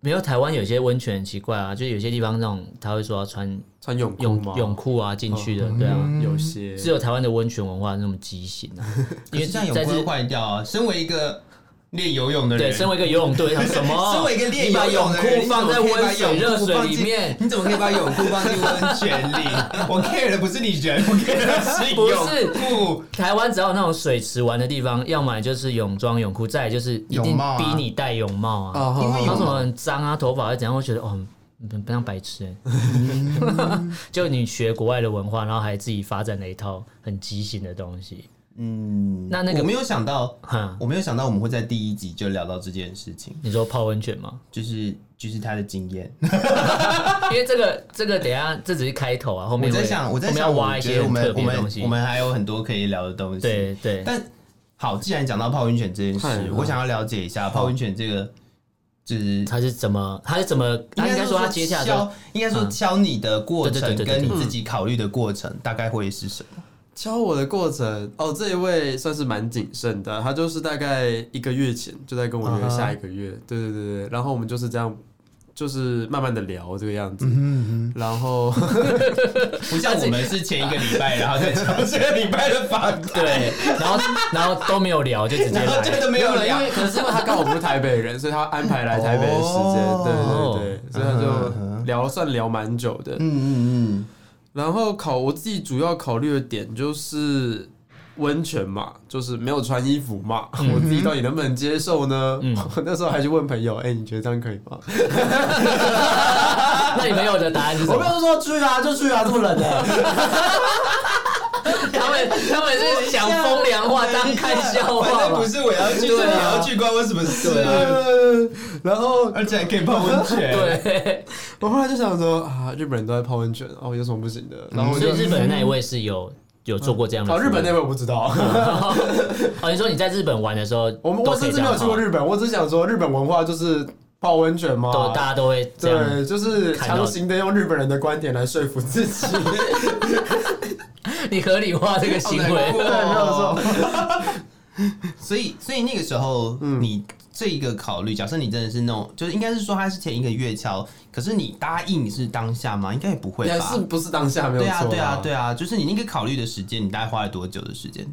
[SPEAKER 2] 没有，台湾有些温泉很奇怪啊，就有些地方那种他会说要穿
[SPEAKER 1] 穿泳裤
[SPEAKER 2] 泳
[SPEAKER 1] 吗？
[SPEAKER 2] 泳裤啊进去
[SPEAKER 3] 哦
[SPEAKER 2] 的，对啊。
[SPEAKER 1] 嗯有些
[SPEAKER 2] 只有台湾的温泉文化那么畸形啊，因
[SPEAKER 3] 因
[SPEAKER 2] 为
[SPEAKER 3] 为这样有
[SPEAKER 2] 在
[SPEAKER 3] 不会坏掉啊。身为一个练游泳的人，
[SPEAKER 2] 对，身为一个游泳队， 他什么？
[SPEAKER 3] 身为一个练
[SPEAKER 2] 你把
[SPEAKER 3] 游
[SPEAKER 2] 泳
[SPEAKER 3] 泳的人，
[SPEAKER 2] 裤放在温水、
[SPEAKER 3] 你
[SPEAKER 2] 热
[SPEAKER 3] 怎么可
[SPEAKER 2] 水
[SPEAKER 3] 以把泳裤放
[SPEAKER 2] 里
[SPEAKER 3] 进
[SPEAKER 2] 面，
[SPEAKER 3] 你怎么可以把泳裤放进温泉里？我 care 的不是你人，我 care 的是
[SPEAKER 2] 不
[SPEAKER 3] 泳
[SPEAKER 2] 是
[SPEAKER 3] 裤。
[SPEAKER 2] 台湾只要有那种水池玩的地方，要么就是泳装、泳裤，再来就是一
[SPEAKER 3] 泳
[SPEAKER 2] 定
[SPEAKER 3] 帽啊哦
[SPEAKER 2] 逼你戴泳帽啊。
[SPEAKER 1] 啊，好
[SPEAKER 3] 因为
[SPEAKER 1] 好
[SPEAKER 2] 然
[SPEAKER 3] 有
[SPEAKER 2] 后什么很脏啊，头发会怎样？会觉得哦，很不像白痴 哎、就你学国外的文化，然后还自己发展了一套很畸形的东西。
[SPEAKER 3] 嗯，
[SPEAKER 2] 那那个
[SPEAKER 3] 我没有想到，
[SPEAKER 2] 哈，
[SPEAKER 3] 我没有想到我们会在第一集就聊到这件事情，
[SPEAKER 2] 你说泡温泉吗？
[SPEAKER 3] 就是就是他的经验。
[SPEAKER 2] 因为这个这个，等一下这只是开头啊，后
[SPEAKER 3] 我
[SPEAKER 2] 面
[SPEAKER 3] 在
[SPEAKER 2] 会
[SPEAKER 3] 想，我在
[SPEAKER 2] 们
[SPEAKER 3] 想，
[SPEAKER 2] 要
[SPEAKER 3] 我
[SPEAKER 2] 挖一
[SPEAKER 3] 觉
[SPEAKER 2] 些
[SPEAKER 3] 得我
[SPEAKER 2] 很特
[SPEAKER 3] 们我
[SPEAKER 2] 别的东
[SPEAKER 3] 们
[SPEAKER 2] 西。
[SPEAKER 3] 我们还有很多可以聊的东西。
[SPEAKER 2] 对对，
[SPEAKER 3] 但好，既然讲到泡温泉这件
[SPEAKER 1] 嗨
[SPEAKER 3] 事，我想要了解一下泡温泉这个，就是
[SPEAKER 2] 他是怎么？他是怎么？他应该说他接下来
[SPEAKER 3] 敲
[SPEAKER 2] 就，
[SPEAKER 3] 应该说敲你的过
[SPEAKER 2] 嗯
[SPEAKER 3] 程
[SPEAKER 2] 对对对对
[SPEAKER 3] 跟
[SPEAKER 2] 对
[SPEAKER 3] 你
[SPEAKER 2] 对
[SPEAKER 3] 自己考虑的过程大概会是什么？
[SPEAKER 1] 教我的过程哦，这一位算是蛮谨慎的，他就是大概一个月前就在跟我约下一个月，对对对对，然后我们就是这样，就是慢慢的聊这个样子，然后
[SPEAKER 3] 不像我们是前一个礼拜，然后再敲 这个礼拜的房 贷，
[SPEAKER 2] 对，然后然后都没有聊，就直接
[SPEAKER 3] 然后这
[SPEAKER 2] 来。
[SPEAKER 3] 都没有
[SPEAKER 1] 了，因
[SPEAKER 3] 聊
[SPEAKER 1] 为。可能是因为他刚好不是台北人，所以他安排来台北的时间，
[SPEAKER 3] 哦
[SPEAKER 1] 对对对，所以他就聊算聊蛮久的，
[SPEAKER 3] 嗯嗯
[SPEAKER 1] 然后考我自己主要考虑的点就是温泉嘛，就是没有穿衣服嘛，我自己到底能不能接受呢？我 那时候还去问朋友，哎、你觉得这样可以吗？
[SPEAKER 2] 那你们有的答案是什
[SPEAKER 1] 我
[SPEAKER 2] 么
[SPEAKER 1] 朋？友说去啊，就去啊，这么冷 的、
[SPEAKER 2] 他们他们是讲风凉话当看笑
[SPEAKER 3] 嗯，
[SPEAKER 2] 话
[SPEAKER 3] 反正
[SPEAKER 2] 嘛
[SPEAKER 3] 不。是我要去，是
[SPEAKER 2] 啊
[SPEAKER 3] 你要去，关我什么事啊？
[SPEAKER 1] 然后
[SPEAKER 3] 而且还可以泡温泉，，
[SPEAKER 2] 对，
[SPEAKER 1] 我后来就想说啊，日本人都在泡温泉，哦，有什么不行的？然后我
[SPEAKER 2] 所
[SPEAKER 1] 就
[SPEAKER 2] 以日本的那一位是有有做过这样的服
[SPEAKER 1] 哦，
[SPEAKER 2] 务。
[SPEAKER 1] 日本那边我不知道，
[SPEAKER 2] 哦，你说你在日本玩的时候，
[SPEAKER 1] 我们我
[SPEAKER 2] 都可
[SPEAKER 1] 甚
[SPEAKER 2] 以
[SPEAKER 1] 至
[SPEAKER 2] 这
[SPEAKER 1] 没
[SPEAKER 2] 样
[SPEAKER 1] 有去过
[SPEAKER 2] 泡
[SPEAKER 1] 日本，我只想说日本文化就是。泡温泉吗？
[SPEAKER 2] 都大家都会这样。
[SPEAKER 1] 对，就是
[SPEAKER 2] 看到
[SPEAKER 1] 强行的用日本人的观点来说服自己。
[SPEAKER 2] 你合理化这个行为，
[SPEAKER 3] 所以，所以那个时候，你这一个考虑，假设你真的是那种，就是应该是说他是前一个月敲，可是你答应是当下吗？应该也不会
[SPEAKER 1] 也
[SPEAKER 3] 吧
[SPEAKER 1] 是？不是当下没有
[SPEAKER 3] 对
[SPEAKER 1] 错、
[SPEAKER 3] 啊，对啊，对
[SPEAKER 1] 啊，
[SPEAKER 3] 啊，就是你那个考虑的时间，你大概花了多久的时间？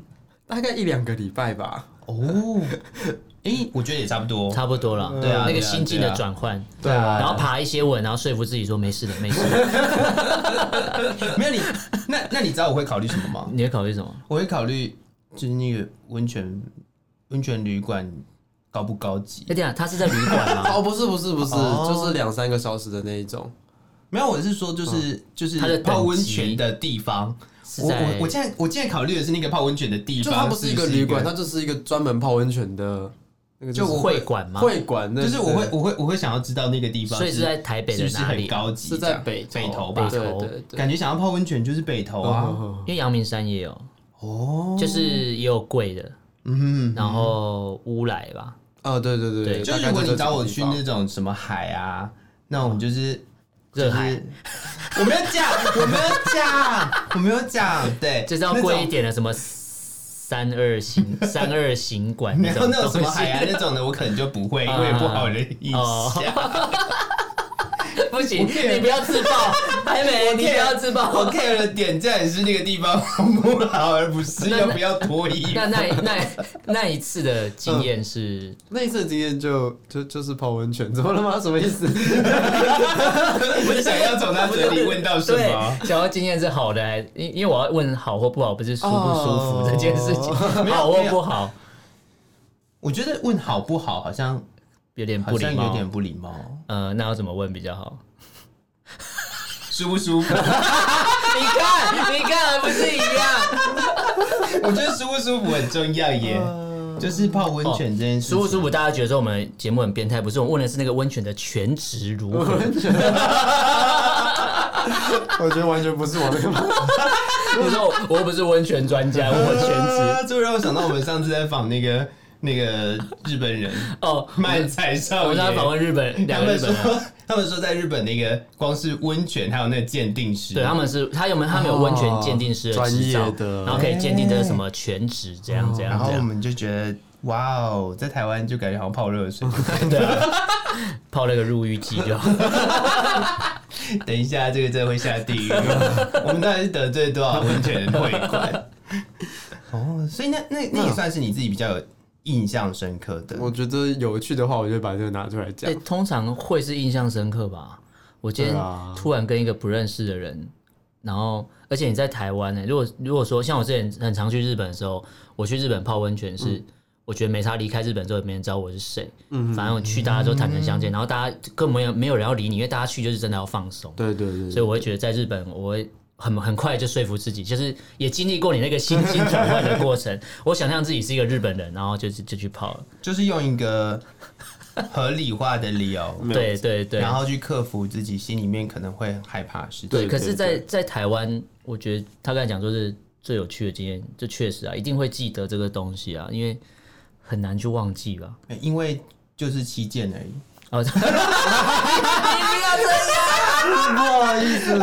[SPEAKER 1] 大概一两个礼拜吧。
[SPEAKER 3] 哦， 诶，我觉得也差不多。
[SPEAKER 2] 差不多了。
[SPEAKER 3] 对啊
[SPEAKER 2] 那
[SPEAKER 3] 对
[SPEAKER 2] 个
[SPEAKER 3] 啊
[SPEAKER 2] 心境
[SPEAKER 3] 对
[SPEAKER 2] 的
[SPEAKER 3] 啊
[SPEAKER 2] 转换，
[SPEAKER 1] 对啊
[SPEAKER 2] 然后爬一些稳，然后说服自己说没事的，没事的。
[SPEAKER 3] 没有你，那那你知道我会考虑什么吗？
[SPEAKER 2] 你会考虑什么？
[SPEAKER 3] 我会考虑就是那个温泉温泉旅馆高不高级啊
[SPEAKER 2] 哎、？等一下他是在旅 馆吗？
[SPEAKER 1] 哦，不是不是不是，
[SPEAKER 3] 哦
[SPEAKER 1] 就是两三个小时的那一种。
[SPEAKER 3] 没有，我是说就是、就是
[SPEAKER 2] 它的等级
[SPEAKER 3] 泡温泉的地方。我
[SPEAKER 2] 在
[SPEAKER 3] 我我现在我现在考虑的是那个泡温泉的地
[SPEAKER 1] 就
[SPEAKER 3] 方，
[SPEAKER 1] 它不是一个旅馆，
[SPEAKER 3] 是
[SPEAKER 1] 它就是一个专门泡温泉的那个
[SPEAKER 3] 就我
[SPEAKER 2] 会馆吗？
[SPEAKER 1] 会馆，那
[SPEAKER 3] 就是我会我会我会想要知道那个地方，
[SPEAKER 2] 所以是在台北的
[SPEAKER 3] 是不是
[SPEAKER 2] 哪里
[SPEAKER 3] 很
[SPEAKER 2] 啊
[SPEAKER 3] 高级这
[SPEAKER 1] 是
[SPEAKER 3] 样？
[SPEAKER 1] 在北
[SPEAKER 3] 北投
[SPEAKER 1] 投
[SPEAKER 3] 吧？
[SPEAKER 1] 对
[SPEAKER 2] 北投
[SPEAKER 1] 对对，
[SPEAKER 3] 感觉想要泡温泉就是北投啊。
[SPEAKER 1] 哦
[SPEAKER 2] 因为阳明山也有，
[SPEAKER 3] 哦，
[SPEAKER 2] 就是也有贵的，
[SPEAKER 3] 嗯，
[SPEAKER 2] 然后乌来吧，
[SPEAKER 1] 哦对对对
[SPEAKER 2] 对
[SPEAKER 3] 就
[SPEAKER 1] 大
[SPEAKER 3] 是
[SPEAKER 1] 概
[SPEAKER 3] 如果
[SPEAKER 1] 这
[SPEAKER 3] 你
[SPEAKER 1] 几个
[SPEAKER 3] 找我
[SPEAKER 1] 地
[SPEAKER 3] 去
[SPEAKER 1] 方
[SPEAKER 3] 那种什么海啊，那种就是
[SPEAKER 2] 热海，
[SPEAKER 3] 就是我没有讲，我没有讲，我没有讲，对，
[SPEAKER 2] 就是要
[SPEAKER 3] 那种
[SPEAKER 2] 贵一点的，什么三二 行三二行馆
[SPEAKER 3] 没
[SPEAKER 2] 那
[SPEAKER 3] 有
[SPEAKER 2] 种
[SPEAKER 3] 那
[SPEAKER 2] 东
[SPEAKER 3] 种什么
[SPEAKER 2] 西，
[SPEAKER 3] 海岸那种的，我可能就不会，因为不好的印 象。
[SPEAKER 2] 哦不行，你不要自爆，还没，你不要自
[SPEAKER 3] 我
[SPEAKER 2] 爆。
[SPEAKER 3] care 的点在于是那个地方好不好，而不是要不要脱衣服
[SPEAKER 2] 那。那那那一次的经验是，
[SPEAKER 1] 那一次的经验就就就是泡温泉， 怎么了吗？什么意思？
[SPEAKER 3] 我想要从他嘴里问到什
[SPEAKER 2] 对
[SPEAKER 3] 么？，
[SPEAKER 2] 想要经验是好的，还因因为我要问好或不好，不是舒不舒服
[SPEAKER 1] 哦
[SPEAKER 2] 这件事情， 好或不好
[SPEAKER 3] 我觉得问好不好，好像
[SPEAKER 2] 有点不
[SPEAKER 3] 好
[SPEAKER 2] 礼
[SPEAKER 3] 像有
[SPEAKER 2] 貌。
[SPEAKER 3] 点不礼貌，
[SPEAKER 2] 呃，那要怎么问比较 好？
[SPEAKER 3] 舒不舒服？
[SPEAKER 2] 你看，你看，不是一样？
[SPEAKER 3] 我觉得舒不舒服很重要耶，就是泡温泉这件事情。
[SPEAKER 2] 呃哦舒不舒服？大家觉得说我们节目很变态，不是？我问的是那个温泉的全值如何？
[SPEAKER 1] 我觉得完全不是我那个方向。
[SPEAKER 2] 你说我我又不是温泉专家，我 全职
[SPEAKER 3] 啊，这让我想到我们上次在访那个那个日本人
[SPEAKER 2] 哦。
[SPEAKER 3] 漫才
[SPEAKER 2] 我
[SPEAKER 3] 少
[SPEAKER 2] 们
[SPEAKER 3] 爷，
[SPEAKER 2] 刚才访问日 本
[SPEAKER 3] 他
[SPEAKER 2] 两个
[SPEAKER 3] 们
[SPEAKER 2] 日本人，
[SPEAKER 3] 说， 他们说在日本那个光是温泉还有那个鉴定师，啊
[SPEAKER 2] 对他们是他有没有他们有温泉鉴定师的
[SPEAKER 1] 专
[SPEAKER 2] 执
[SPEAKER 1] 业
[SPEAKER 3] 哦
[SPEAKER 2] 照，
[SPEAKER 1] 的
[SPEAKER 2] 然后可以鉴定这是什么全职这样这
[SPEAKER 3] 然
[SPEAKER 2] 样
[SPEAKER 3] 后
[SPEAKER 2] 这
[SPEAKER 3] 我
[SPEAKER 2] 样，
[SPEAKER 3] 们就觉得哇哦，在台湾就感觉好像泡热 水。
[SPEAKER 2] 对啊，泡那个入浴剂就好。
[SPEAKER 3] 等一下，这个真的会下地狱。 我们到底是得罪多少温泉会馆？ 哦，所以那那那也算是你自己比较有印象深刻的。
[SPEAKER 1] 我觉得有趣的话，我就把这个拿出来讲
[SPEAKER 2] 哎，。通常会是印象深刻吧？我今天
[SPEAKER 1] 对啊
[SPEAKER 2] 突然跟一个不认识的人，然后而且你在台湾呢、如果如果说像我之前很常去日本的时候，我去日本泡温泉
[SPEAKER 1] 嗯
[SPEAKER 2] 是。我觉得没差，离开日本之后也没人知道我是谁。反正我去大家都坦诚
[SPEAKER 1] 嗯
[SPEAKER 2] 相见，然后大家根本没有没有人要理你，因为大家去就是真的要放松。
[SPEAKER 1] 对对对，
[SPEAKER 2] 所以我会觉得在日本，我会很很快就说服自己，就是也经历过你那个心境转换的过 程。我想象自己是一个日本人，然后就就去泡了。
[SPEAKER 3] 就是用一个合理化的理 由，
[SPEAKER 1] 没有
[SPEAKER 2] 对对对，
[SPEAKER 3] 然后去克服自己心里面可能会很害怕的事情。
[SPEAKER 1] 对
[SPEAKER 2] 可是在，在台湾，我觉得他刚才讲说是最有趣的经验，这确实啊，一定会记得这个东西啊，因为很难去忘记吧。
[SPEAKER 3] 因为就是七件而已。
[SPEAKER 2] 哦，你 不要这样，
[SPEAKER 1] 不好意思，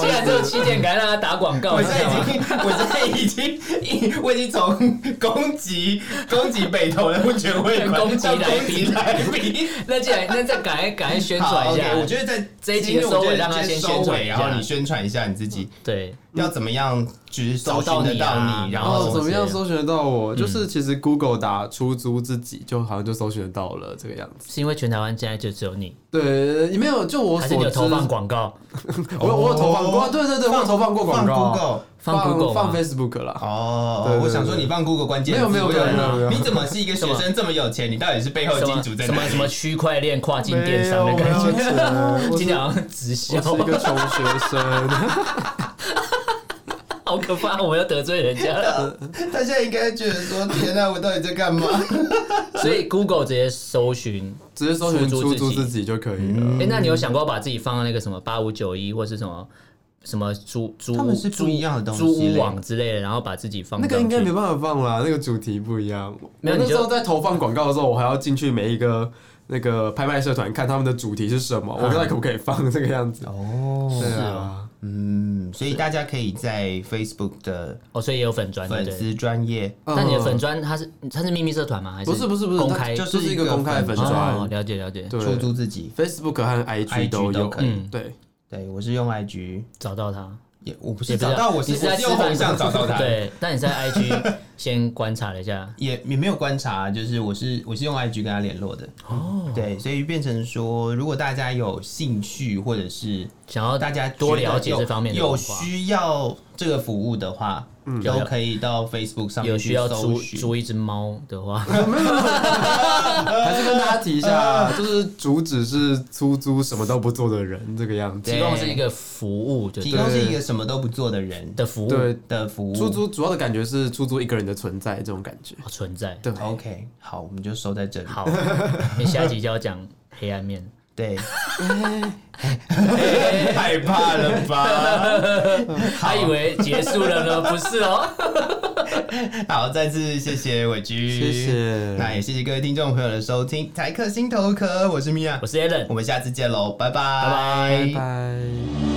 [SPEAKER 2] 既然只有七点，赶快让他打广告，
[SPEAKER 3] 我
[SPEAKER 2] 你知
[SPEAKER 3] 现在
[SPEAKER 2] 道
[SPEAKER 3] 已
[SPEAKER 2] 吗？
[SPEAKER 3] 经， 我现在已经，我已经从攻击攻击北投的温泉会馆
[SPEAKER 2] 攻击
[SPEAKER 3] 到
[SPEAKER 2] 来
[SPEAKER 3] 攻击
[SPEAKER 2] 宾
[SPEAKER 3] 来宾。
[SPEAKER 2] 那既然那再赶快赶快宣传一
[SPEAKER 3] 好
[SPEAKER 2] 下
[SPEAKER 3] OK，我觉得在
[SPEAKER 2] 这一集
[SPEAKER 3] 今
[SPEAKER 2] 的
[SPEAKER 3] 天
[SPEAKER 2] 收
[SPEAKER 3] 我觉
[SPEAKER 2] 尾
[SPEAKER 3] 得
[SPEAKER 2] 让他先宣
[SPEAKER 3] 收
[SPEAKER 2] 传
[SPEAKER 3] 尾，
[SPEAKER 2] 一
[SPEAKER 3] 然后
[SPEAKER 2] 下
[SPEAKER 3] 你。宣传一下你自己
[SPEAKER 2] 对，
[SPEAKER 3] 要怎么样，就是搜寻
[SPEAKER 2] 找到
[SPEAKER 3] 得
[SPEAKER 2] 你啊
[SPEAKER 3] 到你，
[SPEAKER 2] 然
[SPEAKER 3] 然
[SPEAKER 2] 后
[SPEAKER 1] 哦
[SPEAKER 3] 后，
[SPEAKER 1] 怎么样搜寻得到我？就是其实 Google 打出租自己，就好像就搜寻得到了这个样子。
[SPEAKER 2] 是因为全台湾现在就只有你，
[SPEAKER 1] 对，没有，就我
[SPEAKER 2] 还
[SPEAKER 1] 所
[SPEAKER 2] 是
[SPEAKER 1] 知，
[SPEAKER 2] 你有投放广告？
[SPEAKER 1] 我我有投放过，对对对，我有投放过广
[SPEAKER 3] 放
[SPEAKER 1] 告，
[SPEAKER 3] Google
[SPEAKER 2] 放 Google
[SPEAKER 1] 放
[SPEAKER 2] 吗
[SPEAKER 1] Facebook 啦。
[SPEAKER 3] 哦
[SPEAKER 1] 对，对
[SPEAKER 3] 我
[SPEAKER 1] 对
[SPEAKER 3] 想说你放 Google 关键字
[SPEAKER 1] 没有没有
[SPEAKER 3] 我想说
[SPEAKER 1] 没有没有
[SPEAKER 3] 你怎么是一个学生这么有钱？你到底是背后
[SPEAKER 2] 什
[SPEAKER 3] 呃金
[SPEAKER 2] 么
[SPEAKER 3] 主在
[SPEAKER 2] 什
[SPEAKER 3] 哪
[SPEAKER 2] 么
[SPEAKER 3] 里？
[SPEAKER 2] 什么区块链跨境电商的感
[SPEAKER 1] 没有没有
[SPEAKER 2] 觉，
[SPEAKER 1] 我
[SPEAKER 2] 今天好像直销
[SPEAKER 1] 我，是一个穷学生，
[SPEAKER 2] 好可怕！我要得罪人家了。
[SPEAKER 3] 他现在应该觉得说，天哪，我到底在干 嘛？
[SPEAKER 2] 所以 Google 直接搜寻。
[SPEAKER 1] 直接搜寻出
[SPEAKER 2] 出租自己
[SPEAKER 1] 租自己就可以了。
[SPEAKER 2] 哎、那你有想过把自己放到那个什么八五九一或是什么什么租租
[SPEAKER 3] 他
[SPEAKER 2] 屋
[SPEAKER 3] 们是不
[SPEAKER 2] 租
[SPEAKER 3] 一样的东西
[SPEAKER 2] 租
[SPEAKER 3] 嘞
[SPEAKER 2] 屋网之类的，然后把自己放
[SPEAKER 1] 那个
[SPEAKER 2] 上
[SPEAKER 1] 应该
[SPEAKER 2] 去
[SPEAKER 1] 没办法放啦，那个主题不一样。我
[SPEAKER 2] 没有你
[SPEAKER 1] 那
[SPEAKER 2] 就
[SPEAKER 1] 时候在投放广告的时候，我还要进去每一个那个拍卖社团，看他们的主题是什么，我看看可不可以放这个样子。
[SPEAKER 3] 哦，
[SPEAKER 1] 对啊，
[SPEAKER 3] 嗯，所以大家可以在 Facebook 的
[SPEAKER 2] 哦，所以也有粉砖，对
[SPEAKER 3] 粉
[SPEAKER 2] 不对？
[SPEAKER 3] 丝专业，
[SPEAKER 2] 但你的粉
[SPEAKER 1] 嗯
[SPEAKER 2] 砖它是它是秘密社团吗？还
[SPEAKER 1] 不是不是不是，
[SPEAKER 2] 公
[SPEAKER 1] 它
[SPEAKER 2] 开
[SPEAKER 1] 就是
[SPEAKER 3] 就是
[SPEAKER 1] 一
[SPEAKER 3] 一
[SPEAKER 1] 个
[SPEAKER 3] 个
[SPEAKER 1] 公开的粉
[SPEAKER 3] 粉
[SPEAKER 2] 哦，
[SPEAKER 1] 砖，
[SPEAKER 2] 了解了解，
[SPEAKER 3] 出
[SPEAKER 1] 对
[SPEAKER 3] 租自己。
[SPEAKER 1] ，Facebook 和 IG
[SPEAKER 3] IG
[SPEAKER 1] 都
[SPEAKER 3] 都
[SPEAKER 1] 有
[SPEAKER 3] 可以，
[SPEAKER 1] 对，
[SPEAKER 3] 对我是用 IG，
[SPEAKER 2] 找到他。
[SPEAKER 3] 也我不
[SPEAKER 2] 也
[SPEAKER 3] 是
[SPEAKER 2] 不是
[SPEAKER 3] 找到我是
[SPEAKER 2] 你是
[SPEAKER 3] 我
[SPEAKER 2] 在
[SPEAKER 3] 是用
[SPEAKER 2] 吃饭
[SPEAKER 3] 红
[SPEAKER 2] 的时候
[SPEAKER 3] 象找到 他，
[SPEAKER 2] 对，但你在 IG 先观察了一下，
[SPEAKER 3] 也也没有观察，就是我是我是用 IG 跟他联络的。哦，对，所以变成说，如果大家有兴趣或者是
[SPEAKER 2] 想要
[SPEAKER 3] 大家
[SPEAKER 2] 哦多
[SPEAKER 3] 觉得
[SPEAKER 2] 了解
[SPEAKER 3] 有
[SPEAKER 2] 这方面的
[SPEAKER 3] 有
[SPEAKER 2] 文化
[SPEAKER 3] 需要这个服务的话，
[SPEAKER 1] 嗯
[SPEAKER 3] 都可以到 Facebook 上面
[SPEAKER 2] 有
[SPEAKER 3] 去
[SPEAKER 2] 需要
[SPEAKER 3] 搜
[SPEAKER 2] 租
[SPEAKER 3] 寻
[SPEAKER 2] 租一只猫的话，
[SPEAKER 1] 还是跟大家提一下，就是主旨是出租什么都不做的人这个样子
[SPEAKER 2] 提。供是一个服务，对
[SPEAKER 3] 提
[SPEAKER 2] 对
[SPEAKER 3] 供是一个什么都不做的人
[SPEAKER 2] 的服务
[SPEAKER 1] 对，
[SPEAKER 3] 的服务。
[SPEAKER 1] 出租主要的感觉是出租一个人的存在这种感觉。
[SPEAKER 2] 存在。
[SPEAKER 1] 对，
[SPEAKER 3] OK，好，我们就收在这里。
[SPEAKER 2] 好，你下一集就要讲黑暗面，
[SPEAKER 3] 对，害怕了吧？
[SPEAKER 2] 还以为结束了呢，不是哦。
[SPEAKER 3] 好，再次谢谢伟居，
[SPEAKER 1] 谢谢
[SPEAKER 3] 那也谢谢各位听众朋友的收听《台客心头壳》，我是米娅
[SPEAKER 2] 我，是 Alan，
[SPEAKER 3] 我们下次见喽，拜拜，
[SPEAKER 1] 拜
[SPEAKER 2] 拜
[SPEAKER 1] 拜。